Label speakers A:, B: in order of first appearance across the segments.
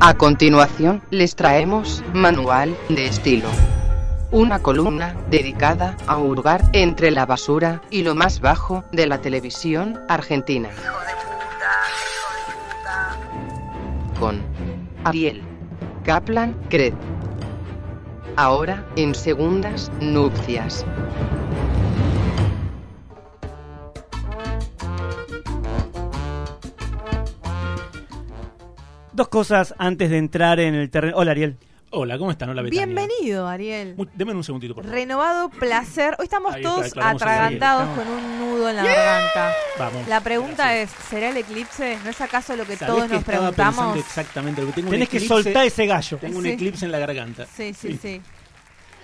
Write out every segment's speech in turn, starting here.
A: A continuación, les traemos Manual de Estilo. Una columna dedicada a hurgar entre la basura y lo más bajo de la televisión argentina. Con Ariel Kaplan Cred. Ahora en segundas nupcias.
B: Dos cosas antes de entrar en el terreno. Hola, Ariel.
C: Hola, ¿cómo están? Hola, Betania.
D: Bienvenido, Ariel.
C: Mu- Deme un segundito, por favor.
D: Renovado placer. Hoy estamos
C: Ahí está,
D: todos
C: aclaramos el
D: atragantados
C: Ariel,
D: con
C: estamos-
D: un nudo en la garganta.
C: Vamos.
D: La pregunta
C: Gracias.
D: es, ¿será el eclipse? ¿No es acaso lo que
C: ¿Sabés que
D: todos nos
C: estaba
D: preguntamos?
C: pensando exactamente lo que tengo un
B: Tenés que
C: eclipse-
B: soltar ese gallo.
C: Tengo un
D: Sí.
C: eclipse en la garganta.
D: Sí, sí, sí.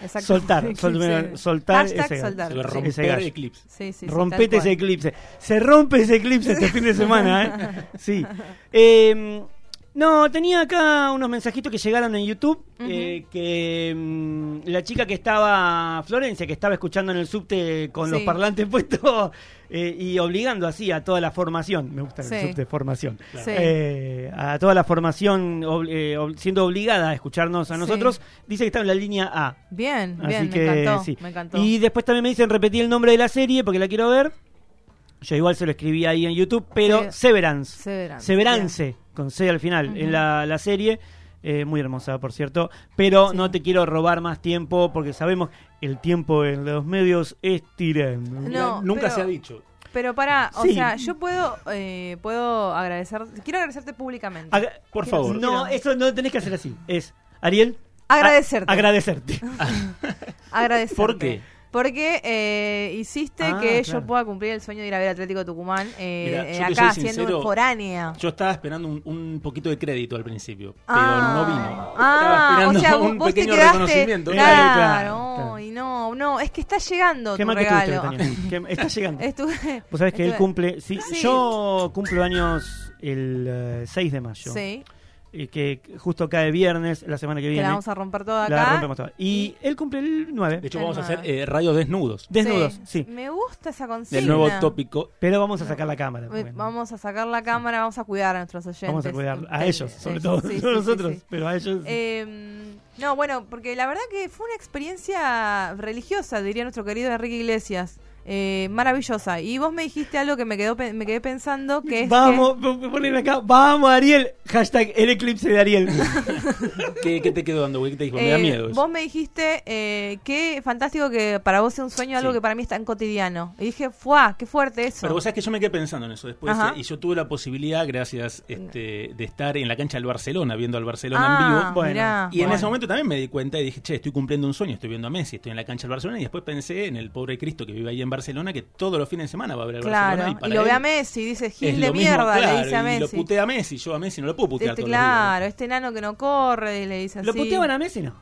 D: Exacto.
B: Soltar,
D: Eclipse.
B: soltar, soltar
D: Hashtag
B: ese gallo.
C: Se va
D: soltar.
C: a
D: Sí.
C: romper
B: Ese gallo.
C: eclipse.
D: Sí, sí, sí,
B: Rompete
D: tal cual.
B: ese eclipse. Se rompe ese eclipse este fin de semana, ¿eh? Sí. Eh, no, tenía acá unos mensajitos que llegaron en YouTube. eh, que mm, la chica que estaba, Florencia, que estaba escuchando en el subte con los
D: Sí.
B: parlantes puestos eh, y obligando así a toda la formación. Me gusta el
D: Sí.
B: subte, formación.
D: Sí.
B: Eh, a toda la formación ob- eh, ob- siendo obligada a escucharnos a
D: Sí.
B: nosotros. Dice que está en la línea A.
D: Bien,
B: Así
D: bien,
B: que
D: me encantó.
B: sí.
D: Me encantó.
B: Y después también me dicen repetir el nombre de la serie porque la quiero ver. Yo igual se lo escribí ahí en YouTube, pero
D: Sí.
B: Severance.
D: Severance,
B: con C al final, en la, la serie. Eh, muy hermosa, por cierto. Pero no te quiero robar más tiempo porque sabemos el tiempo en los medios es tirando.
D: No,
C: Eh, Nunca
D: pero-
C: se ha dicho.
D: Pero para, o
B: Sí.
D: sea, yo puedo, eh, puedo agradecer, quiero agradecerte públicamente.
B: Aga-
C: Por favor.
B: No, eso no tenés que hacer así. Es, Ariel.
D: Agradecerte.
B: a- agradecerte.
D: Agradecerte.
C: ¿Por qué?
D: Porque eh, hiciste
B: Ah,
D: que
B: claro.
D: yo pueda cumplir el sueño de ir a ver Atlético Tucumán eh,
C: Mirá,
D: eh,
C: yo te
D: acá,
C: soy
D: siendo
C: sincero,
D: un foránea.
C: Yo estaba esperando un, un poquito de crédito al principio, pero
D: Ah.
C: no vino.
D: Ah,
C: estaba esperando
D: o sea,
C: un
D: vos te
C: pequeño
D: quedaste.
C: reconocimiento.
D: Claro,
B: Claro, claro.
D: y no, no, es que está llegando
B: Qué
D: tu
B: mal que estuviste,
D: regalo.
B: Betania. Qué- Está llegando.
D: Estuve-
B: Vos sabés que él
D: estuve-
B: cumple. Sí,
D: Sí.
B: Yo cumplo años el eh, 6 de mayo.
D: Sí,
B: Y que justo cae viernes, la semana que
D: que
B: viene.
D: la vamos a romper toda acá.
B: ¿eh? la rompemos toda. Y él cumple el 9.
C: De hecho,
D: Del
C: vamos a hacer
D: nuevo.
C: eh, radio desnudos.
B: Desnudos, sí.
D: Me gusta esa consigna.
C: Del nuevo tópico.
B: Pero vamos a sacar la cámara.
D: Me-
B: porque no-
D: Vamos a sacar la cámara, vamos a cuidar a nuestros oyentes.
B: vamos a cuidar a
D: Eh,
B: ellos, sobre
D: sí,
B: todo.
D: sí,
B: no
D: sí,
B: a
D: sí,
B: nosotros,
D: sí.
B: pero a ellos.
D: Eh, no, bueno, porque la verdad que fue una experiencia religiosa, diría nuestro querido Enrique Iglesias. Eh, maravillosa. Y vos me dijiste algo que me, quedó, pe- me quedé pensando, que este- es
B: vamos, po- ponen acá. Vamos, Ariel. Hashtag el eclipse de Ariel.
C: ¿Qué, qué te quedó dando, güey? ¿Qué te dijo?
D: que,
C: Me da
D: eh,
C: miedo. eso.
D: Vos me dijiste eh, que fantástico que para vos sea un sueño algo
C: Sí.
D: que para mí es tan cotidiano. Y dije, ¡fuah! ¡Qué fuerte eso!
C: Pero vos sabés que yo me quedé pensando en eso después.
D: Ajá.
C: eh, y yo tuve la posibilidad, gracias, este, de estar en la cancha del Barcelona, viendo al Barcelona en
D: ah,
C: vivo.
B: bueno.
D: mirá.
C: Y en ese momento también me di cuenta y dije, che, estoy cumpliendo un sueño, estoy viendo a Messi, estoy en la cancha del Barcelona. Y después pensé en el pobre Cristo que vive ahí en Barcelona, que todos los fines de semana va a ver al
D: Claro.
C: Barcelona.
D: Y,
C: para
D: lo ve
C: él
D: a Messi, dice
C: es
D: Gil de
C: lo mismo,
D: mierda,
C: claro,
D: le dice a
C: y lo
D: Messi.
C: putea a Messi, yo a Messi no lo puedo putear
D: Este,
C: todos los
D: claro,
C: días.
D: este enano que no corre, y le dice así.
B: Lo puteaban a Messi, ¿no?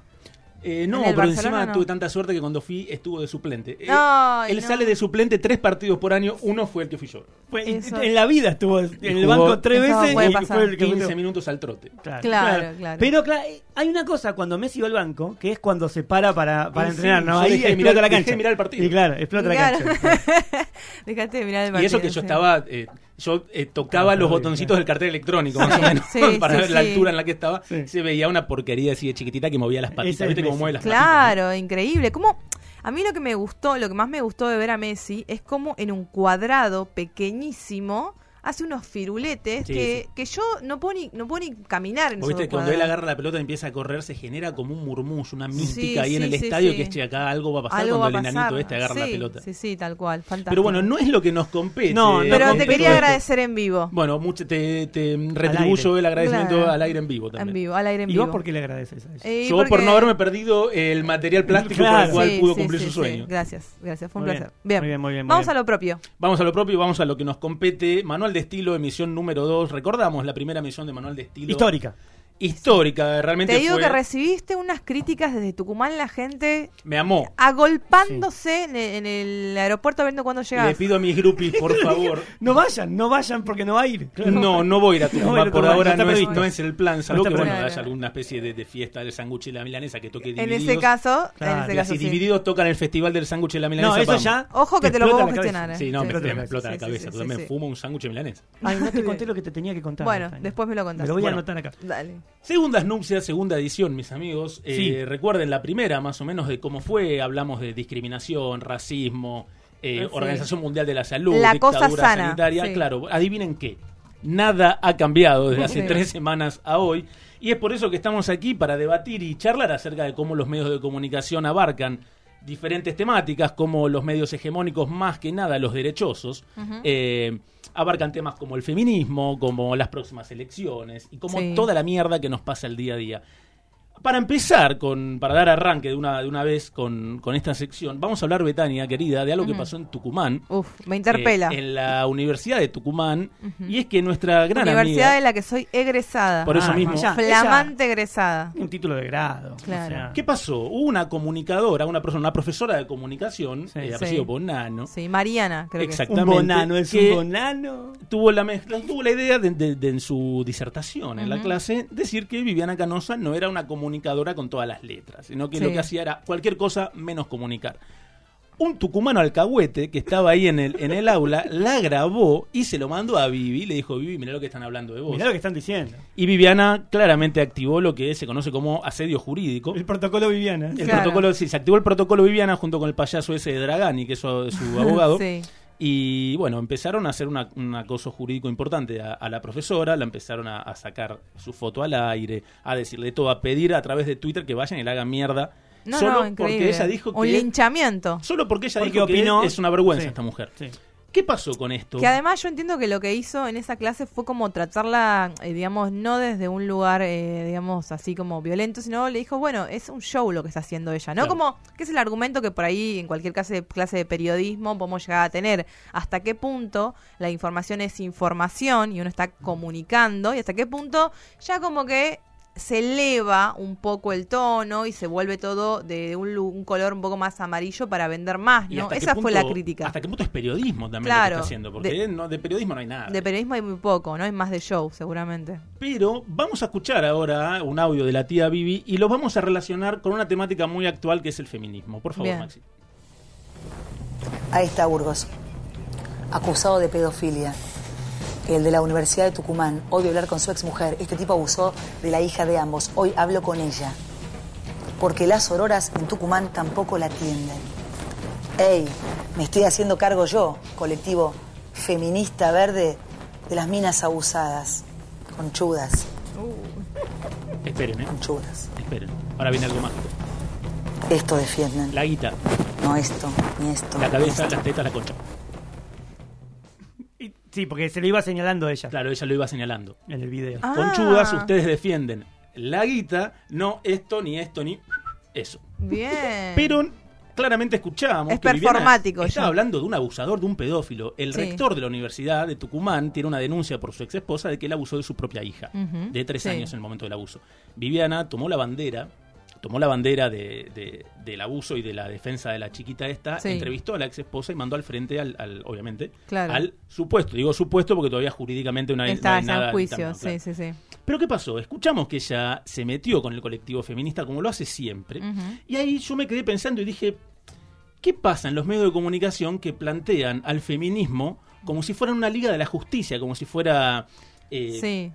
C: Eh, no,
D: En el
C: pero
D: Barcelona
C: encima
D: no.
C: tuve tanta suerte que cuando fui estuvo de suplente. Eh,
D: Ay,
C: él
D: no.
C: sale de suplente tres partidos por año, uno fue el que fui yo.
B: Fue-
D: Eso-
B: en la vida estuvo en
C: Y
B: el
C: jugó-
B: banco tres
D: Eso
B: veces
D: puede
B: y
D: pasar.
B: fue el que
C: 15 minutos al trote.
B: Claro,
D: Claro, claro.
B: Pero claro, eh, hay una cosa cuando Messi va al banco, que es cuando se para para, para
C: Ah,
B: entrenar,
C: sí,
B: ¿no?
C: yo
B: Ahí
C: dejé de
B: explota
C: mirar-
B: la
C: dejé de
B: cancha.
C: mirar el partido.
B: Y claro, explota la
D: Claro.
B: cancha.
D: Dejate de mirar el
C: Y
D: partido.
C: eso que yo
D: sí.
C: estaba, eh, yo eh, tocaba
B: Ah,
C: los
B: claro,
C: botoncitos
B: claro.
C: del cartel electrónico, más o menos,
D: sí,
C: para
D: sí,
C: ver la
D: sí.
C: altura en la que estaba.
B: Sí.
C: Se veía una porquería así de chiquitita que movía las patitas,
B: Ese es
C: ¿viste cómo
B: Messi.
C: mueve las patitas?
D: Claro, increíble. Como a mí lo que me gustó, lo que más me gustó de ver a Messi es como en un cuadrado pequeñísimo hace unos firuletes
C: Sí,
D: que,
C: sí.
D: que yo no puedo ni, no puedo ni caminar en
C: Vos
D: esos
C: viste,
D: dos
C: cuando él
D: cuadrados.
C: agarra la pelota y empieza a correr, se genera como un murmullo, una
D: Sí,
C: mística ahí en
D: sí,
C: el
D: sí,
C: estadio
D: sí.
C: que es, che, acá algo va a pasar
D: Algo va a
C: cuando el enanito
D: pasar.
C: este agarra la
D: Sí,
C: pelota.
D: Sí, sí, tal cual, fantástico.
C: Pero bueno, no es lo que nos compete.
B: No, no
D: Pero te
B: compete
D: quería
B: con
D: agradecer en vivo.
C: Bueno, mucho, te, te retribuyo el agradecimiento
D: Claro.
C: al aire en vivo también.
D: En vivo, al aire en
B: ¿Y
D: vivo.
B: vos por qué le agradeces a eso?
D: Eh,
C: Yo por
D: porque-
C: no haberme perdido el material plástico por
B: Claro.
C: el cual
D: Sí,
C: pudo
D: sí,
C: cumplir
D: sí,
C: su
D: sí.
C: sueño.
D: Gracias, gracias, fue un
B: Muy bien,
D: placer.
B: muy bien, muy bien, muy
D: Vamos
B: bien.
D: a lo propio.
C: Vamos a lo propio, vamos a lo que nos compete. Manual de estilo, emisión número 2. Recordamos la primera emisión de Manual de estilo.
B: Histórica.
C: Histórica, realmente
D: Te digo
C: fue-
D: que recibiste unas críticas desde Tucumán, la gente
C: Me amó.
D: agolpándose en, el, en el aeropuerto viendo cuándo llegas.
C: Le pido a mis groupies, por favor.
B: No vayan, no vayan porque no va a ir. Claro.
C: No, no voy a ir a
B: No voy a
C: Tucumán
B: ir a
C: por
B: Tucumán,
C: ahora,
B: no está
C: no es,
B: previsto.
C: no es el plan. Salvo
B: No está
C: que bueno,
D: previsto.
C: haya alguna especie de, de fiesta del sándwich y la milanesa que toque
D: en
C: divididos.
D: ese caso,
B: Claro,
D: en ese
C: Y
D: caso
C: si
D: sí.
C: divididos tocan el festival del sándwich y la
B: No,
C: milanesa.
B: eso
C: vamos.
B: ya.
D: Ojo que te lo
B: explota
D: podemos
B: la cabeza.
D: gestionar,
C: Sí, no,
D: Sí.
C: me,
B: Explota
C: me
B: la
C: explota la
D: cabeza. Sí,
C: cabeza.
D: sí, sí,
C: Yo me
D: sí.
C: fumo un sándwich milanés.
B: Ay, no te conté lo que te tenía que contar.
D: Bueno,
B: Natalia.
D: después me lo contás.
B: Me lo voy
C: Bueno.
B: a anotar acá.
D: Dale.
C: Segundas nupcias, segunda edición, mis amigos. Eh,
B: Sí.
C: Recuerden la primera, más o menos, de cómo fue. Hablamos de discriminación, racismo, eh,
D: Sí.
C: Organización Mundial de la Salud,
D: La cosa
C: dictadura
D: sana,
C: sanitaria.
D: sí.
C: Claro, adivinen qué. Nada ha cambiado desde hace
D: Sí.
C: tres semanas a hoy. Y es por eso que estamos aquí para debatir y charlar acerca de cómo los medios de comunicación abarcan diferentes temáticas, como los medios hegemónicos, más que nada los derechosos,
D: Ujú.
C: eh, abarcan temas como el feminismo, como las próximas elecciones y como
D: Sí.
C: toda la mierda que nos pasa el día a día. Para empezar, con, para dar arranque de una, de una vez con, con esta sección, vamos a hablar, Betania, querida, de algo que
D: Ujú.
C: pasó en Tucumán.
D: Uf, me interpela.
C: eh, en la Universidad de Tucumán. Y es que nuestra gran
D: Universidad
C: amiga...
D: de la que soy egresada.
C: Por eso
B: Ah,
C: mismo.
B: ya,
D: Flamante egresada.
B: ella, un título de grado.
D: Claro.
C: ¿Qué pasó? Hubo una comunicadora, una persona, una profesora de comunicación,
B: Sí.
C: eh,
B: Sí.
C: apellido Bonano,
D: Sí, Mariana, creo
C: Exacto.
B: un bonano, es
C: que-
B: un bonano.
C: tuvo la, mezcla- tuvo la idea de, de- de en su disertación, en la
D: Ujú.
C: clase, decir que Viviana Canosa no era una comunicadora con todas las letras, sino que lo
D: Sí.
C: que hacía era cualquier cosa menos comunicar. Un tucumano alcahuete que estaba ahí en el, en el aula la grabó y se lo mandó a Vivi y le dijo, Vivi, mirá lo que están hablando de vos.
B: Mirá lo que están diciendo.
C: Y Viviana claramente activó lo que se conoce como asedio jurídico.
B: El protocolo Viviana.
C: El
D: Claro.
C: protocolo, sí, se activó el protocolo Viviana junto con el payaso ese de Dragani, que es su, su
D: que.
C: abogado.
D: Sí.
C: Y bueno, empezaron a hacer una- un acoso jurídico importante a, a la profesora, la empezaron a, a sacar su foto al aire, a decirle todo, a pedir a través de Twitter que vayan y le hagan mierda.
D: No,
C: solo
D: no,
C: porque
D: increíble.
C: ella dijo
D: Un
C: que.
D: linchamiento.
C: Solo porque ella
B: Porque
C: dijo
B: opinó-
C: que es una vergüenza
B: Sí.
C: esta mujer.
B: Sí.
C: ¿Qué pasó con esto?
D: Que además yo entiendo que lo que hizo en esa clase fue como tratarla, eh, digamos, no desde un lugar, eh, digamos, así como violento, sino le dijo, bueno, es un show lo que está haciendo ella, ¿no?
C: Claro.
D: Como, que es el argumento que por ahí en cualquier clase de, clase de periodismo podemos llegar a tener. Hasta qué punto la información es información y uno está comunicando y hasta qué punto ya como que se eleva un poco el tono y se vuelve todo de un, lu- un color un poco más amarillo para vender más,
C: ¿Y
D: ¿no?
C: hasta qué
D: Esa fue la
C: punto-
D: crítica.
C: ¿Hasta qué punto es periodismo también lo que
D: Claro,
C: está haciendo? Porque
D: de-
C: de, no, de periodismo no hay nada.
D: De periodismo hay muy poco, ¿no? Es más de show, seguramente.
C: Pero vamos a escuchar ahora un audio de la tía Vivi y los vamos a relacionar con una temática muy actual que es el feminismo. Por favor,
D: Bien.
C: Maxi.
E: Ahí está Burgos, acusado de pedofilia. El de la Universidad de Tucumán, hoy hablar con su exmujer. Este tipo abusó de la hija de ambos. Hoy hablo con ella. Porque las auroras en Tucumán tampoco la atienden. Ey, me estoy haciendo cargo yo, colectivo feminista verde, de las minas abusadas. Conchudas,
C: Esperen, ¿eh?
E: conchudas.
C: Esperen. Ahora viene algo mágico.
E: Esto defienden.
C: La guita,
E: No esto, ni esto.
C: la cabeza, las tetas, la concha.
B: Y- sí, porque se lo iba señalando ella
C: Claro, ella lo iba señalando.
B: en el video.
D: Ah.
C: Conchudas, ustedes defienden la guita, no esto, ni esto, ni eso.
D: Bien.
C: Pero claramente escuchábamos
D: Es
C: que Viviana
D: performático
C: Estaba
D: ya.
C: hablando de un abusador, de un pedófilo. El
D: Sí.
C: rector de la Universidad de Tucumán tiene una denuncia por su ex esposa de que él abusó de su propia hija,
D: Ujú,
C: de tres
D: sí.
C: años en el momento del abuso. Viviana tomó la bandera. Tomó la bandera de- de- del abuso y de la defensa de la chiquita esta,
D: Sí.
C: entrevistó a la ex esposa y mandó al frente, al, al- obviamente,
D: Claro.
C: al supuesto. Digo supuesto porque todavía jurídicamente no hay, no
D: Está,
C: hay
D: está
C: nada.
D: en juicio,
C: dictaminado,
D: sí,
C: claro.
D: sí, sí.
C: Pero ¿qué pasó? Escuchamos que ella se metió con el colectivo feminista como lo hace siempre.
D: Ujú.
C: Y ahí yo me quedé pensando y dije, ¿qué pasa en los medios de comunicación que plantean al feminismo como si fuera una liga de la justicia, como si fuera eh,
D: sí.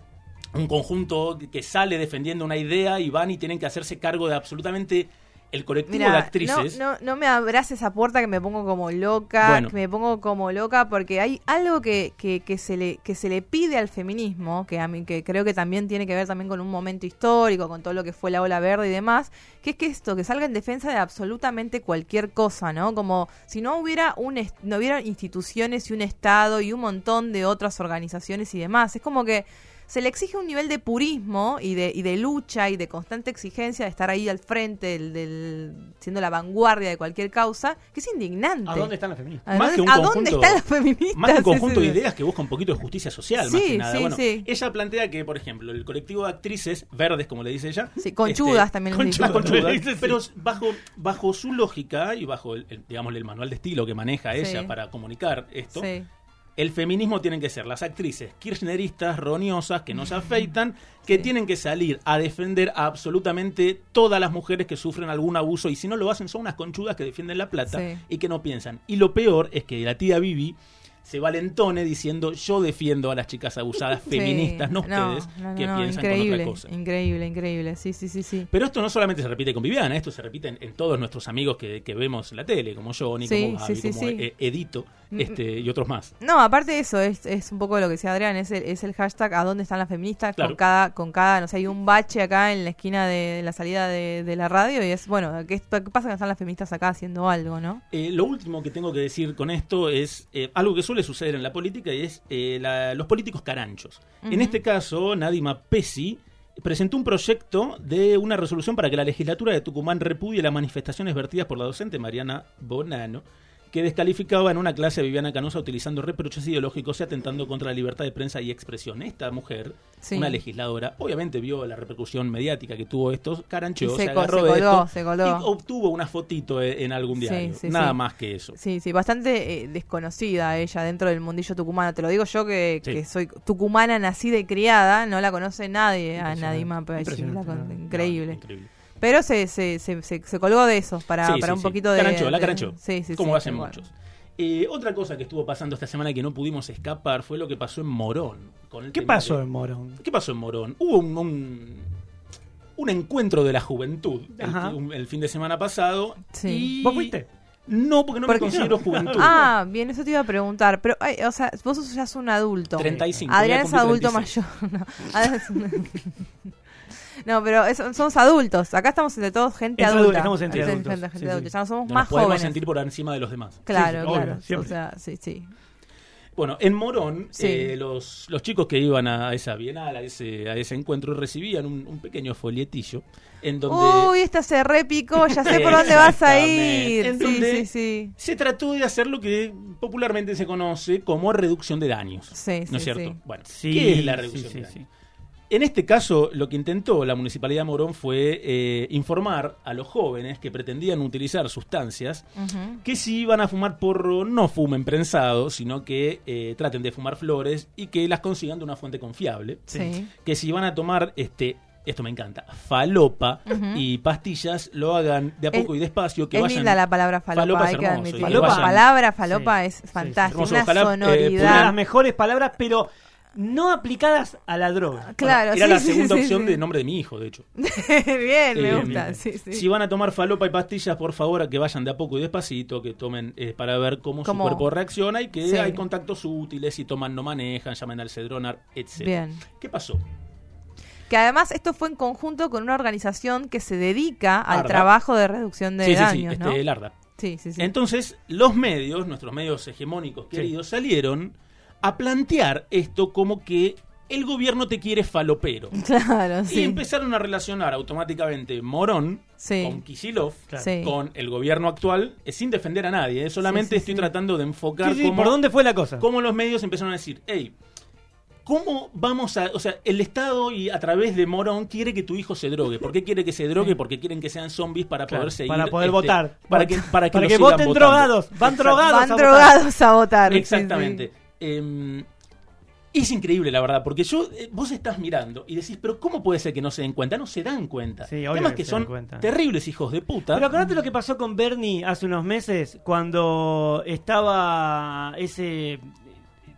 C: un conjunto que sale defendiendo una idea y van y tienen que hacerse cargo de absolutamente el colectivo de
D: Mira, no,
C: actrices?
D: no, no me abras esa puerta que me pongo como loca,
C: Bueno.
D: que me pongo como loca, porque hay algo que, que, que se, le, que se le pide al feminismo, que a mí que creo que también tiene que ver también con un momento histórico, con todo lo que fue la ola verde y demás, que es que esto, que salga en defensa de absolutamente cualquier cosa, ¿no? Como si no hubiera, un, est- no hubiera instituciones y un Estado y un montón de otras organizaciones y demás. Es como que se le exige un nivel de purismo y de, y de lucha y de constante exigencia de estar ahí al frente, del, del- siendo la vanguardia de cualquier causa, que es indignante.
B: ¿A dónde están las feministas?
D: ¿A
C: Más
D: dónde-
C: que un
D: a dónde
C: conjunto-
D: están los feministas?
C: Más que un
D: Sí,
C: conjunto
D: sí,
C: de
D: sí.
C: ideas que busca un poquito de justicia social, más
D: Sí,
C: que nada.
D: sí,
C: bueno,
D: sí.
C: ella plantea que, por ejemplo, el colectivo de actrices verdes, como le dice ella. este,
D: Sí, conchudas también les
C: Conchudas,
B: dice.
C: conchudas,
B: Le dice, sí.
C: Pero bajo, bajo su lógica y bajo, el, el, digamos, el manual de estilo que maneja
D: Sí.
C: ella para comunicar esto,
D: Sí.
C: el feminismo tienen que ser las actrices kirchneristas, roñosas, que no se afeitan, que
D: Sí.
C: tienen que salir a defender a absolutamente todas las mujeres que sufren algún abuso y si no lo hacen son unas conchudas que defienden la plata
D: Sí.
C: y que no piensan. Y lo peor es que la tía Vivi se valentone diciendo yo defiendo a las chicas abusadas
D: Sí.
C: feministas, no, ustedes,
D: no, no,
C: que
D: no,
C: piensan
D: increíble,
C: con otra cosa.
D: Increíble, increíble. Sí, sí, sí, sí.
C: Pero esto no solamente se repite con Viviana, esto se repite en, en todos nuestros amigos que, que vemos en la tele, como Johnny,
D: Sí,
C: como Gaby,
D: sí, sí,
C: como
D: sí. Mm.
C: eh, Edito este, y otros más.
D: No, aparte de eso, es, es un poco lo que decía Adrián, es el, es el hashtag a dónde están las feministas
C: Claro.
D: con cada, con cada, no sé, hay un bache acá en la esquina de, de la salida de, de la radio y es, bueno, ¿qué, es- qué pasa que están las feministas acá haciendo algo, no?
C: Eh, lo último que tengo que decir con esto es eh, algo que suele suceder en la política y es eh, la- los políticos caranchos. En
D: Ujú.
C: este caso, Nadima Pesi presentó un proyecto de una resolución para que la legislatura de Tucumán repudie las manifestaciones vertidas por la docente Mariana Bonano, que descalificaba en una clase a Viviana Canosa utilizando reproches ideológicos y atentando contra la libertad de prensa y expresión. Esta mujer,
D: Sí.
C: una legisladora, obviamente vio la repercusión mediática que tuvo esto, carancheó,
D: Y
C: se,
D: se co-
C: agarró
D: se
C: de
D: coló,
C: esto
D: se coló.
C: y obtuvo una fotito eh, en algún
D: Sí,
C: diario.
D: sí,
C: Nada
D: sí.
C: más que eso.
D: Sí, sí, bastante eh, desconocida ella dentro del mundillo tucumano. Te lo digo yo que,
C: Sí.
D: que soy tucumana, nacida y criada, no la conoce nadie a
B: Impresionante,
D: Nadima Pérez.
B: impresionante,
D: la con-
B: ¿no?
D: Increíble.
C: No, increíble.
D: Pero se, se, se, se, se colgó de eso para,
C: Sí, sí,
D: para un
C: sí.
D: poquito de.
C: Caranchó, la
D: de-
C: caranchó.
D: Sí, sí,
C: como
D: sí,
C: hacen
D: tal cual.
C: muchos. Eh, otra cosa que estuvo pasando esta semana que no pudimos escapar fue lo que pasó en Morón. con el
B: ¿Qué
C: tema
B: pasó
C: de-
B: en Morón?
C: ¿Qué pasó en Morón? Hubo un, un, un encuentro de la juventud el,
B: Ajá.
C: un- el fin de semana pasado.
D: Sí.
C: y-
B: ¿Vos fuiste?
C: No, porque no
D: Porque-
C: me considero juventud.
D: Ah, bien, eso te iba a preguntar. Pero, ay, o sea, vos sos- ya sos un adulto.
C: 35.
D: Adrián es
C: voy a cumplir
D: adulto
C: 36.
D: mayor. No, Adrián es un- No, pero es- somos adultos. Acá estamos entre todos gente
B: Entre
D: adulta.
B: adultos, estamos entre
D: Gente-
B: adultos.
D: gente- gente
B: Sí, sí.
D: adulta. Ya no somos
C: No nos
D: más
C: podemos
D: jóvenes.
C: sentir por encima de los demás.
D: Claro,
B: Sí, sí, obvio,
D: claro.
B: siempre.
D: O sea, sí, sí.
C: Bueno, en Morón,
D: Sí.
C: eh, los, los chicos que iban a esa bienal, a ese, a ese encuentro, recibían un, un pequeño folletillo en donde
D: Uy, esta se repicó. Ya sé por dónde vas a ir.
C: Exactamente.
D: Sí, sí,
C: Entonces-
D: sí.
C: se trató de hacer lo que popularmente se conoce como reducción de daños.
D: Sí,
C: ¿No
D: sí,
C: es cierto?
D: sí.
C: Bueno,
B: Sí,
C: ¿qué es la
B: sí,
C: reducción
B: sí,
C: de daños?
B: sí.
C: En este caso, lo que intentó la Municipalidad de Morón fue eh, informar a los jóvenes que pretendían utilizar sustancias
D: Ujú.
C: que si iban a fumar porro, no fumen prensado, sino que eh, traten de fumar flores y que las consigan de una fuente confiable.
D: Sí.
C: que si van a tomar este esto me encanta falopa y pastillas lo hagan de a poco
D: Es-
C: y despacio que
D: Es
C: vayan
D: linda la palabra falopa,
C: Falopa es
D: hay que
C: hermoso,
D: admitir.
C: y
B: que
D: La
B: vayan-
D: palabra falopa
B: Sí,
D: es
B: sí, sí.
D: fantástica,
C: Hermoso,
D: una
C: ojalá, eh,
B: Una de las
D: sonoridad.
B: mejores palabras, pero no aplicadas a la droga.
D: Ah, claro,
C: era
D: sí,
C: la
D: sí,
C: segunda
D: sí,
C: opción
D: sí.
C: de nombre de mi hijo de hecho
D: bien, me
C: Eh,
D: gusta. Sí, sí.
C: si van a tomar falopa y pastillas por favor que vayan de a poco y despacito que tomen eh, para ver cómo,
D: Cómo-
C: su cuerpo reacciona y que
D: Sí.
C: hay contactos útiles si toman no manejan llamen al cedronar etcétera
D: Bien.
C: qué pasó
D: Que además esto fue en conjunto con una organización que se dedica al
C: Arda.
D: trabajo de reducción de
C: sí sí sí
D: daños,
C: este,
D: ¿no?
C: el Arda.
D: Sí, sí, sí.
C: Entonces, los medios, nuestros medios hegemónicos queridos, salieron a plantear esto como que el gobierno te quiere falopero.
D: Claro,
C: Y
D: sí.
C: empezaron a relacionar automáticamente Morón
D: Sí.
C: con Kicillof,
B: Claro.
D: Sí.
C: con el gobierno actual, eh, sin defender a nadie. eh, Solamente
D: Sí, sí,
C: estoy
D: sí.
C: tratando de enfocar
B: Sí, sí,
C: cómo,
B: ¿Por dónde fue la cosa?
C: cómo los medios empezaron a decir, hey, ¿cómo vamos a...? O sea, el Estado y a través de Morón quiere que tu hijo se drogue. ¿Por qué quiere que se drogue? Porque quieren que sean zombies para
B: Claro,
C: poder seguir...
B: para poder
C: este,
B: votar.
C: Para que, para que,
B: Para
C: lo
B: que
C: sigan
B: voten
C: votando.
B: drogados. Van drogados.
D: Van
B: a votar.
D: drogados a votar. sí, sí.
C: Exactamente. Em, es increíble, la verdad, porque yo, eh, vos estás mirando y decís, pero ¿cómo puede ser que no se den cuenta? No se dan cuenta.
B: Sí, obvio
C: Temas
B: que
C: que,
B: se dan
C: son
B: cuenta.
C: terribles hijos de puta.
B: Pero acordate lo que pasó con Bernie hace unos meses cuando estaba ese.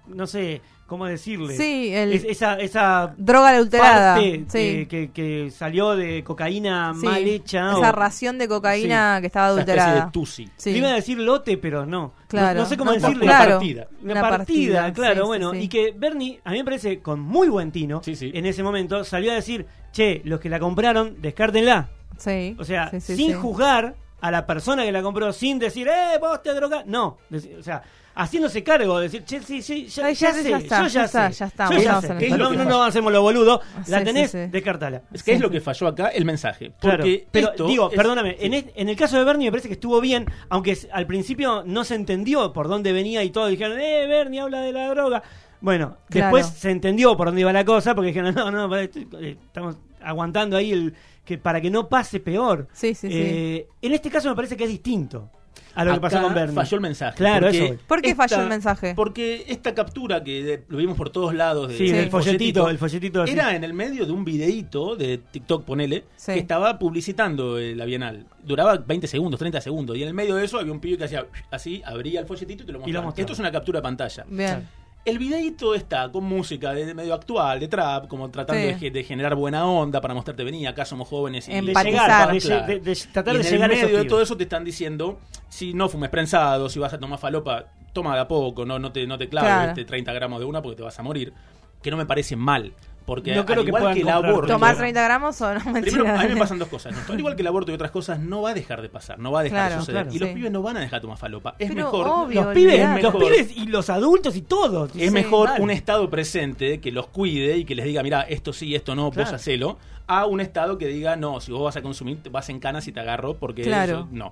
B: No sé cómo decirle.
D: Sí, el-
B: Es- esa, esa
D: Droga adulterada.
B: parte
D: sí.
B: eh, que, que salió de cocaína
D: Sí.
B: mal hecha.
D: Esa
B: o-
D: ración de cocaína que estaba
C: Esa especie
D: adulterada.
C: de tusi.
D: Sí.
B: Le iba a decir lote, pero no.
D: Claro.
B: No, no sé cómo
D: No,
B: decirle.
C: una
D: claro.
C: partida.
B: Una,
D: Una
B: partida,
D: partida,
B: claro,
D: sí, sí,
B: bueno.
D: sí.
B: Y que Bernie, a mí me parece, con muy buen tino,
C: Sí, sí.
B: en ese momento, salió a decir, che, los que la compraron, descártenla.
D: Sí.
B: O sea,
D: sí, sí,
B: sin
D: sí.
B: juzgar a la persona que la compró, sin decir, eh, vos te drogas. No, Deci- o sea, haciéndose cargo, decir, che, sí, sí, ya,
D: Ay, ya
B: ya
D: sé,
B: sé,
D: ya está,
B: yo
D: ya
B: ya,
D: está,
B: sé,
D: ya está,
B: yo ya
C: votamos
B: sé.
C: en el
B: Que
C: palo.
B: no, no, no hacemos los boludos, la
D: Sí,
B: tenés,
D: sí, sí.
B: descartala.
C: Es que es lo que falló acá el mensaje.
B: Claro,
C: Porque
B: pero
C: esto
B: digo,
C: es-
B: perdóname,
C: Sí.
B: en, es- en el caso de Bernie me parece que estuvo bien, aunque es- al principio no se entendió por dónde venía y todos dijeron, eh, Bernie habla de la droga. Bueno,
D: Claro.
B: después se entendió por dónde iba la cosa, porque dijeron, no, no, pará, estoy- eh, estamos aguantando ahí el que para que no pase peor.
D: Sí, sí, sí.
B: Eh, En este caso me parece que es distinto. A lo que pasó
C: Acá
B: con Bernie.
C: Falló el mensaje.
B: Claro,
C: porque
B: eso voy.
D: ¿Por qué
C: esta-
D: falló el mensaje?
C: Porque esta captura que de- lo vimos por todos lados. De,
B: Sí,
D: Sí.
B: el folletito, el folletito así.
C: Era en el medio de un videíto de TikTok, ponele,
D: Sí.
C: que estaba publicitando eh, la Bienal. Duraba 20 segundos, 30 segundos. Y en el medio de eso había un pibe que hacía así, abría el folletito y te lo
B: Y lo
C: mostraba.
B: mostraba.
C: Esto es una captura de pantalla.
D: Bien.
C: El videíto está con música de de medio actual, de trap, como tratando
D: Sí.
C: de, ge- de generar buena onda para mostrarte, vení, acá somos jóvenes. Y
B: De
D: Empatizar.
B: llegar, de,
C: Claro.
B: de- de tratar
C: Y
B: de
C: en
B: llegar a
C: el
B: esos
C: medio de
B: pibes.
C: todo eso te están diciendo, si no fumes prensado, si vas a tomar falopa, toma de a poco, no, no te, no te claves
D: Claro.
C: este 30 gramos de una porque te vas a morir. Que no me parece mal, porque
B: No
C: al
B: creo que
C: igual
B: puedan
C: que el
B: comprar
C: aborto...
D: ¿Tomar 30 gramos o no?
C: Primero,
D: Mentira.
C: a mí me pasan dos cosas. ¿no? Al igual que el aborto y otras cosas, no va a dejar de pasar, no va a dejar de
D: Claro,
C: suceder.
B: claro.
C: y los
D: Sí.
C: pibes no van a dejar de tomar falopa. Es
D: Pero
C: mejor,
D: obvio,
B: Los pibes,
D: olvidate.
B: los
C: mejor.
B: pibes y los adultos y todos.
C: es
D: Sí,
C: mejor
B: vale.
C: un Estado presente que los cuide y que les diga, mira, esto sí, esto no,
B: Claro.
C: vos hacelo, a un Estado que diga, no, si vos vas a consumir, te vas en canas y te agarro porque
D: Claro.
C: eso- no.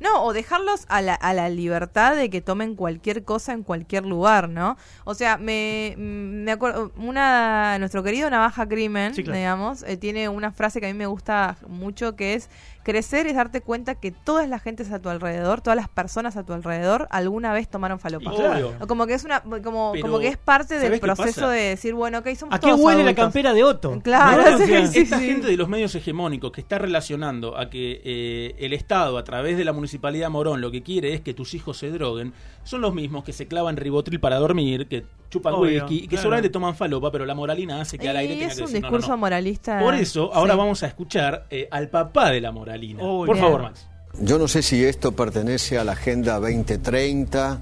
D: No, o dejarlos a la, a la libertad de que tomen cualquier cosa en cualquier lugar, ¿no? O sea, me, mm, me acuerdo, una, nuestro querido Navaja Crimen,
B: Sí, claro.
D: digamos, eh, tiene una frase que a mí me gusta mucho que es, crecer es darte cuenta que todas las gentes a tu alrededor, todas las personas a tu alrededor, alguna vez tomaron
C: Y
D: falopa.
B: claro.
C: obvio,
D: O Como que es una como,
C: Pero,
D: como que es parte del
C: ¿sabés qué
D: proceso
C: pasa?
D: de decir, bueno, ok, somos
B: ¿A qué
D: todos
B: huele la
D: adultos.
B: campera de Otto?
D: Claro,
B: ¿No? O
D: Ah, sí,
B: sea,
D: sí.
C: Esta gente de los medios hegemónicos que está relacionando a que eh, el Estado, a través de la Municipalidad Morón, lo que quiere es que tus hijos se droguen, son los mismos que se clavan ribotril para dormir, que chupan
B: Obvio,
C: whisky y que
B: claro.
C: solamente toman falopa, pero la moralina hace que al aire
D: Y
C: tenga
D: Eh, es
C: que
D: un
C: decir, no, no,
D: discurso
C: no.
D: moralista.
C: Por eso, ahora
D: Sí.
C: vamos a escuchar eh, al papá de la moralina.
B: Uy,
C: Por
D: bien.
C: favor, Max.
F: Yo no sé si esto pertenece a la Agenda 2030.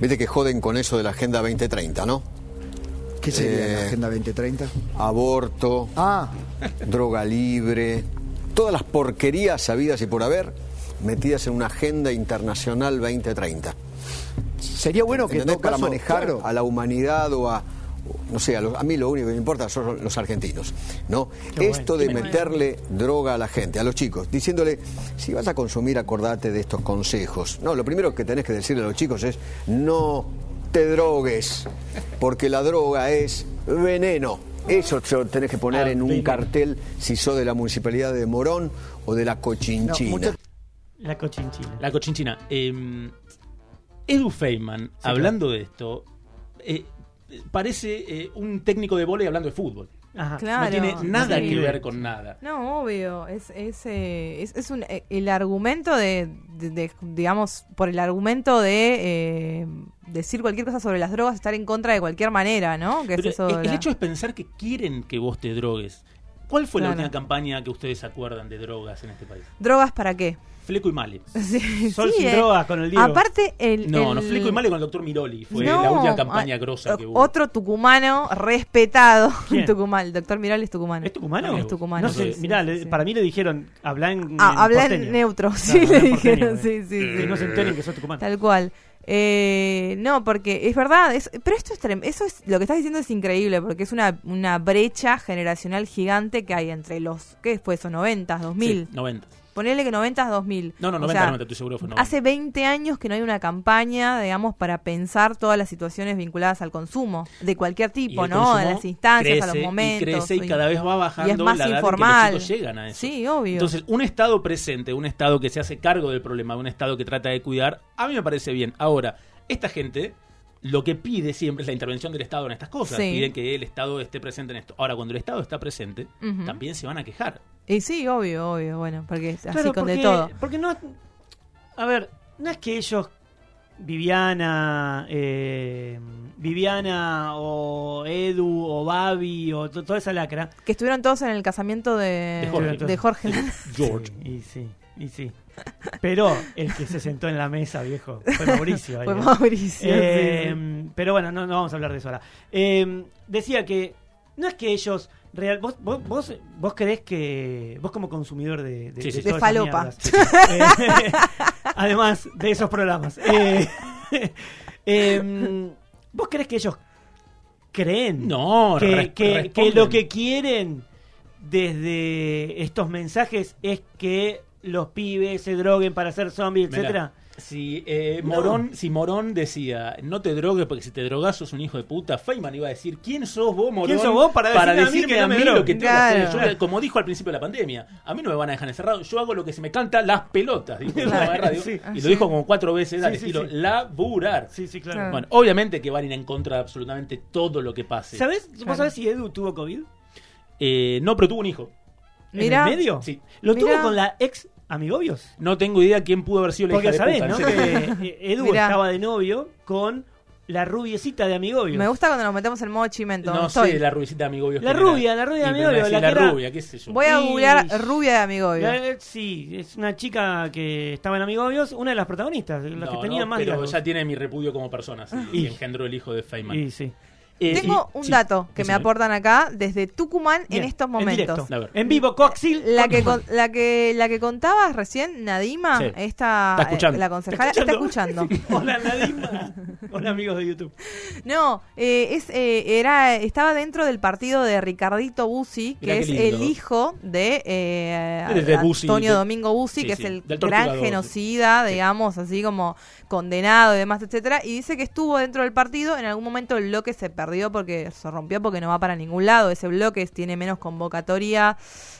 F: Viste que joden con eso de la Agenda 2030, ¿no?
G: ¿Qué sería la
F: Eh,
G: Agenda 2030?
F: Aborto,
G: Ah,
F: droga libre, todas las porquerías sabidas y por haber metidas en una Agenda Internacional 2030.
G: sería bueno que en
F: ¿Entendés?
G: todo
F: Para
G: caso,
F: manejar
G: claro,
F: a la humanidad o a. No sé, a, los- a mí lo único que me importa son los argentinos, ¿no?
B: Qué
F: Esto de meterle droga a la gente, a los chicos, diciéndole, si vas a consumir, acordate de estos consejos. No, lo primero que tenés que decirle a los chicos es, no te drogues, porque la droga es veneno. Eso te lo tenés que poner
B: Ah,
F: en un
B: veneno.
F: cartel si sos de la municipalidad de Morón o de la Cochinchina.
G: muchas-
B: La cochinchina.
C: La cochinchina. Eh, Edu Feynman, hablando de esto, eh, parece eh, un técnico de vóley hablando de fútbol.
B: Ajá.
D: Claro.
C: no tiene nada
D: sí.
C: que ver con nada.
D: No, obvio, es, es, eh, es, es un, eh, el argumento de, de- de- digamos, por el argumento de eh, decir cualquier cosa sobre las drogas, estar en contra de cualquier manera, ¿no? Que
C: Pero
D: es eso
C: el,
D: de
C: el
D: la-
C: hecho es pensar que quieren que vos te drogues. ¿Cuál fue la
D: Claro.
C: última campaña que ustedes se acuerdan de drogas en este país?
D: ¿Drogas para qué?
C: Fleco y Male.
D: Sí,
B: Sol
D: sí,
B: sin
D: eh.
B: drogas con el Diego.
D: Aparte, el...
C: No,
D: el-
C: no, Fleco y Male con el doctor Miroli. Fue
D: No,
C: la última campaña
D: ah,
C: grosa que hubo.
D: Otro tucumano respetado.
B: ¿Quién?
D: Tucumán, el doctor Miral es tucumano.
B: ¿Es tucumano?
D: Es tucumano.
B: No sé,
D: sí,
B: mirá,
D: sí,
B: le-
D: sí.
B: para mí le dijeron, habla en,
D: Ah,
B: en
D: habla
B: porteño.
D: en neutro,
B: no,
D: sí,
B: habla
D: le
B: en porteño,
D: dijeron,
B: eh.
D: sí, sí, sí.
B: Que no se enteren que sos tucumano.
D: Tal cual. Eh, no, porque es verdad, es- pero esto es trem- eso es lo que estás diciendo es increíble, porque es una, una brecha generacional gigante que hay entre los, ¿qué fue eso? 90, 2000.
C: Sí, 90.
D: Ponele que 90, 2000.
C: No, no,
D: O
C: 90,
D: sea,
C: 90, estoy seguro que fue 90.
D: Hace 20 años que no hay una campaña, digamos, para pensar todas las situaciones vinculadas al consumo, de cualquier
C: Y el
D: tipo, ¿no?
C: consumo
D: De las instancias, a
C: crece
D: los momentos.
C: Y crece y
D: sí.
C: cada vez va bajando
D: Y es más
C: la edad en
D: informal.
C: que los chicos llegan a eso.
D: Sí, obvio.
C: Entonces, un Estado presente, un Estado que se hace cargo del problema, un Estado que trata de cuidar, a mí me parece bien. Ahora, esta gente lo que pide siempre es la intervención del Estado en estas cosas.
D: Sí.
C: Piden que el Estado esté presente en esto. Ahora, cuando el Estado está presente,
D: Ujú.
C: también se van a quejar.
D: Y sí, obvio, obvio, bueno, porque es así
B: Claro,
D: con de
B: porque-
D: todo.
B: Porque no. A ver, no es que ellos. Viviana, eh, Viviana o Edu o Babi o to- toda esa lacra.
D: Que estuvieron todos en el casamiento de,
C: De Jorge.
D: de Jorge.
C: George.
B: Sí, y sí, y sí. Pero el que se sentó en la mesa, viejo, fue Mauricio.
D: Fue
B: ahí.
D: Mauricio.
B: Eh,
D: sí, sí.
B: Pero bueno, no, no vamos a hablar de eso ahora. Eh, decía que no es que ellos. Real, vos, vos, vos, vos creés que. Vos, como consumidor de.
C: Sí, sí.
B: todas
D: De
B: esas
D: falopa.
B: mierdas, eh, además de esos programas. eh, eh, ¿Vos crees que ellos creen
C: No,
B: que,
C: res-
B: que- que
C: responden.
B: lo que quieren desde estos mensajes es que los pibes se droguen para ser zombies,
C: Mirá,
B: etcétera?
C: Si, eh, Morón, si Morón decía, no te drogues porque si te drogas sos un hijo de puta, Feynman iba a decir, ¿quién sos vos, Morón?
B: ¿Quién sos vos para decirme a mí que
C: decirme
B: no
C: a
B: me
C: mí
B: drogue?
C: lo que tengo que
D: Claro.
C: hacer? Yo, como dijo al principio de la pandemia, a mí no me van a dejar encerrado, yo hago lo que se me canta las pelotas, dijo en el programa de radio,
B: Sí.
C: y lo dijo como cuatro veces al
B: Sí, sí,
C: estilo
B: sí.
C: laburar.
B: Sí, sí,
D: Claro.
B: claro.
C: Bueno, obviamente que van a ir en contra de absolutamente todo lo que pase.
B: ¿Sabés,
D: Claro.
B: ¿Vos sabés si Edu tuvo COVID?
C: Eh, no, pero tuvo un hijo.
D: Mirá.
B: ¿En el medio?
C: Sí.
B: ¿Lo
D: Mirá.
B: tuvo con la ex amigobios?
C: No tengo idea quién pudo haber sido la
B: Porque
C: hija de
B: sabés,
C: puta, en
B: ¿no?
C: serio.
B: Que eh, Edu
D: Mirá.
B: estaba de novio con la rubiecita de amigobios.
D: Me gusta cuando nos metemos en modo chimento.
C: No
D: Estoy.
C: sé, la rubicita de amigo.
B: La rubia, la rubia de Amigobio,
C: La,
B: la que era-
C: rubia, qué sé yo.
D: Voy a
B: Y-
D: googlear rubia de amigovio.
B: La- eh, sí, es una chica que estaba en Amigobios, una de las protagonistas, la que
C: No,
B: tenía
C: no,
B: más
C: pero
B: diálogos.
C: ya tiene mi repudio como persona sí, y,
B: Y-
C: engendró el hijo de Feynman.
B: Y sí.
C: Eh,
D: Tengo
C: y-
D: un
C: sí, eh.
D: dato que me
C: decime.
D: aportan acá desde Tucumán
B: Bien,
D: en estos
B: directo.
D: momentos.
C: A ver.
B: En vivo, Coxil.
D: La que,
B: Coxil.
D: con- la, que, la que contabas recién, Nadima,
C: Sí.
D: esta,
C: Está escuchando.
D: eh, la concejala, está escuchando.
B: Hola, Nadima. Hola, amigos de YouTube.
D: No, eh, es, eh, era, estaba dentro del partido de Ricardito Bussi, que
C: Mirá qué
D: es
C: lindo.
D: el hijo de, eh,
C: De- de Bussi,
D: Antonio
C: de-
D: Domingo Bussi,
C: sí,
D: que
C: sí,
D: es el
C: del
D: gran
C: torturador,
D: genocida, digamos, así como condenado y demás, etcétera. Y dice que estuvo dentro del partido, en algún momento el bloque se perdió porque se rompió porque no va para ningún lado. Ese bloque tiene menos convocatoria,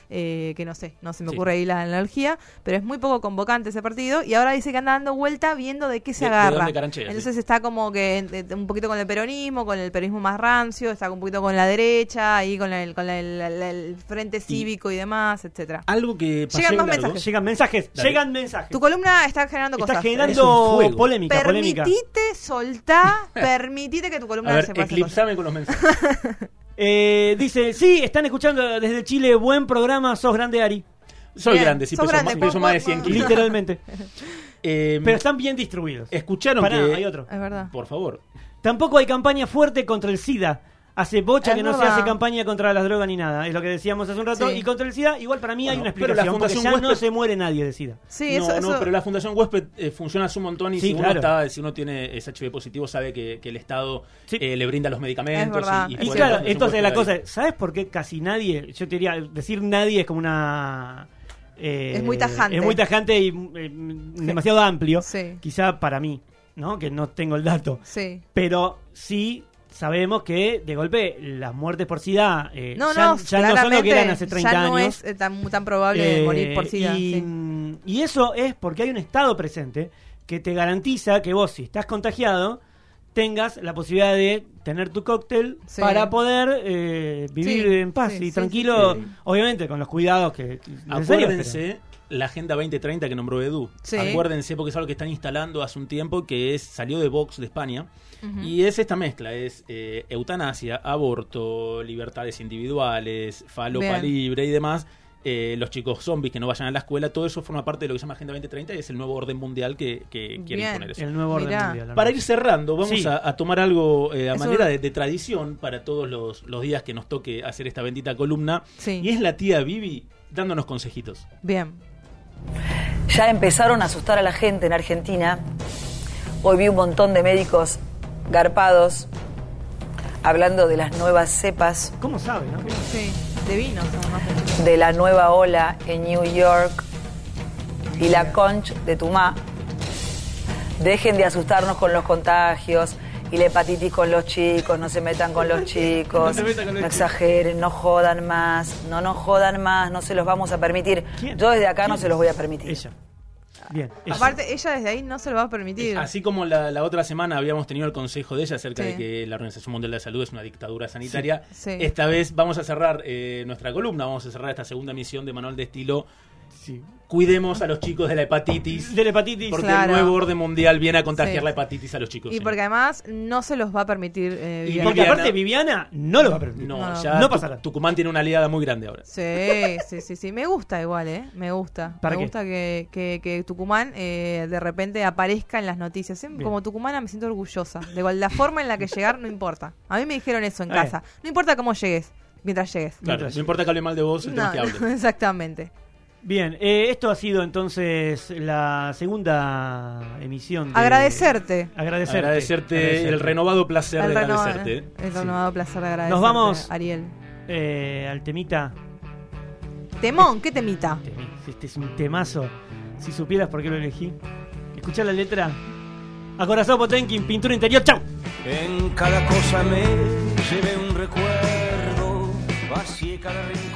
D: eh, que no sé, no se me
C: Sí.
D: ocurre ahí la analogía, pero es muy poco convocante ese partido. Y ahora dice que anda dando vuelta viendo de qué se
C: De- de
D: agarra.
C: dónde caranchea, sí.
D: Entonces está como que en- en- un poquito con el peronismo, con el peronismo más rancio, está un poquito con la derecha, ahí con el, con la- la- la- el frente cívico y, demás, etcétera.
B: Ah,
C: Algo que pasé
D: Llegan más
C: largo.
D: mensajes.
B: Llegan mensajes,
C: Dale.
B: llegan mensajes.
D: Tu columna está generando
B: Está
C: Es
D: cosas.
C: un
B: generando
C: fuego.
B: polémica, polémica.
D: Permitite, soltá, permitite que tu columna
C: A ver,
D: se pase cosas.
C: eclipsame con los mensajes.
B: Eh, dice, sí, están escuchando desde Chile, buen programa, sos grande Ari,
C: Soy
D: Bien,
C: grande, sí,
D: sos
C: peso,
D: grande,
C: más, peso
D: pon-
C: más de
D: pon-
C: 100 kilos.
B: literalmente.
C: Eh,
B: Pero están bien distribuidos.
C: escucharon
B: Pará,
C: que...
B: hay otro.
D: Es verdad.
C: Por favor.
B: Tampoco hay campaña fuerte contra el SIDA. Hace bocha
D: Es
B: que no se
D: verdad.
B: hace campaña contra las drogas ni nada, es lo que decíamos hace un rato.
D: Sí.
B: Y contra el SIDA, igual para mí hay
C: Bueno,
B: una
C: pero la
B: explicación, porque
C: Fundación
B: ya no
C: Huésped-
B: se muere nadie de SIDA.
D: Sí,
C: no,
D: eso,
C: no,
D: eso-
C: pero la Fundación Huésped eh, funciona hace un montón y
B: Sí,
C: si, uno
B: claro.
C: está- si uno tiene SHV positivo sabe que, que el Estado
B: Sí.
C: eh, le brinda los medicamentos.
D: Es verdad.
C: y- y
D: Es
B: Y
C: cuál
D: Bueno,
B: claro,
C: Fundación
B: entonces la
C: Huésped
B: cosa
C: ahí.
B: es, ¿sabes por qué casi nadie? Yo te diría, decir nadie es como una... eh,
D: Es muy tajante.
B: Es muy tajante y eh, demasiado amplio,
D: Sí.
B: quizá para mí, ¿no? Que no tengo el dato.
D: Sí.
B: Pero sí sabemos que, de golpe, las muertes por SIDA eh,
D: No,
B: ya,
D: no,
B: ya no son lo que eran
D: claramente,
B: hace 30
D: ya no
B: años.
D: es eh, tan, tan probable
B: Eh,
D: morir por SIDA.
B: Y,
D: sí.
B: y eso es porque hay un Estado presente que te garantiza que vos, si estás contagiado, tengas la posibilidad de tener tu cóctel
D: Sí.
B: para poder eh, vivir
D: Sí,
B: en paz
D: sí,
B: y
D: sí,
B: tranquilo,
C: sí, sí.
B: obviamente con los cuidados que necesarios, pero-
C: Acuérdense la Agenda 2030 que nombró Edu.
D: Sí.
C: Acuérdense porque es algo que están instalando hace un tiempo que es salió de Vox de España.
D: Ujú.
C: Y es esta mezcla, es eh, eutanasia, aborto, libertades individuales, falopa
D: Bien.
C: libre y demás. eh, los chicos zombies que no vayan a la escuela, todo eso forma parte de lo que se llama Agenda 2030 y es el nuevo orden mundial que, que quiere
D: Bien.
C: imponer eso.
B: el nuevo orden
D: Mirá.
B: mundial, la
C: Para
B: verdad.
C: ir cerrando, vamos
B: Sí.
C: a, a tomar algo eh, a
D: Eso-
C: manera de, de tradición para todos los, los días que nos toque hacer esta bendita columna.
D: Sí.
C: Y es la tía Vivi dándonos consejitos.
D: Bien.
E: Ya empezaron a asustar a la gente en Argentina. Hoy vi un montón de médicos garpados hablando de las nuevas cepas,
B: ¿Cómo sabe? no?
D: Sí. De vinos, además.
E: de la nueva ola en New York y la conch de Tumá. Dejen de asustarnos con los contagios y la hepatitis con los chicos, no se metan con los chicos, no exageren, no jodan más, no nos jodan más, no se los vamos a permitir.
B: ¿Quién?
E: Yo desde acá no
B: ¿Quién?
E: se los voy a permitir.
B: Ella. Bien. ella.
D: Aparte, ella desde ahí no se lo va a permitir.
C: Así como la, la otra semana habíamos tenido el consejo de ella acerca
D: Sí.
C: de que la Organización Mundial de la Salud es una dictadura sanitaria,
D: Sí. Sí.
C: esta vez vamos a cerrar eh, nuestra columna, vamos a cerrar esta segunda misión de Manual de Estilo.
B: Sí.
C: Cuidemos a los chicos de la hepatitis,
B: De la hepatitis.
C: porque
D: Claro.
C: el nuevo orden mundial viene a contagiar
D: Sí.
C: la hepatitis a los chicos.
D: y
C: ¿eh?
D: porque además no se los va a permitir eh,
C: Y
D: Viviana.
B: Porque
C: Viviana-
B: aparte Viviana no lo va a permitir.
C: No,
D: No.
C: ya
B: No
C: Tuc-
B: pasará.
C: Tucumán tiene una aliada muy grande ahora.
D: Sí, sí, sí, sí. Me gusta igual, ¿eh? Me gusta.
B: ¿Para
D: me
B: qué?
D: gusta que, que- que Tucumán eh, de repente aparezca en las noticias. Siempre-
B: Bien.
D: Como tucumana me siento orgullosa. De igual, la forma en la que llegar no importa. A mí me dijeron eso en
C: Eh.
B: Ah,
D: casa. No importa cómo llegues, mientras llegues.
C: Claro, no importa que hable mal de vos, el tema
D: No,
C: es que hable.
D: no, exactamente.
B: Bien, eh, esto ha sido entonces la segunda emisión. de-
D: Agradecerte.
B: Agradecerte.
C: Agradecerte, el
B: Agradecerte.
C: renovado placer
D: El
C: de
D: renovado,
C: agradecerte. ¿eh?
D: el renovado placer de agradecerte.
B: vamos.
D: Ariel.
B: Eh, al temita.
D: Temón, ¿qué temita?
B: Temi- Este es un temazo. Si supieras por qué lo elegí. Escuchá la letra. Acorazado Potenkin, pintura interior, chau.
F: En cada cosa me llevé un recuerdo, vacié cada rincón.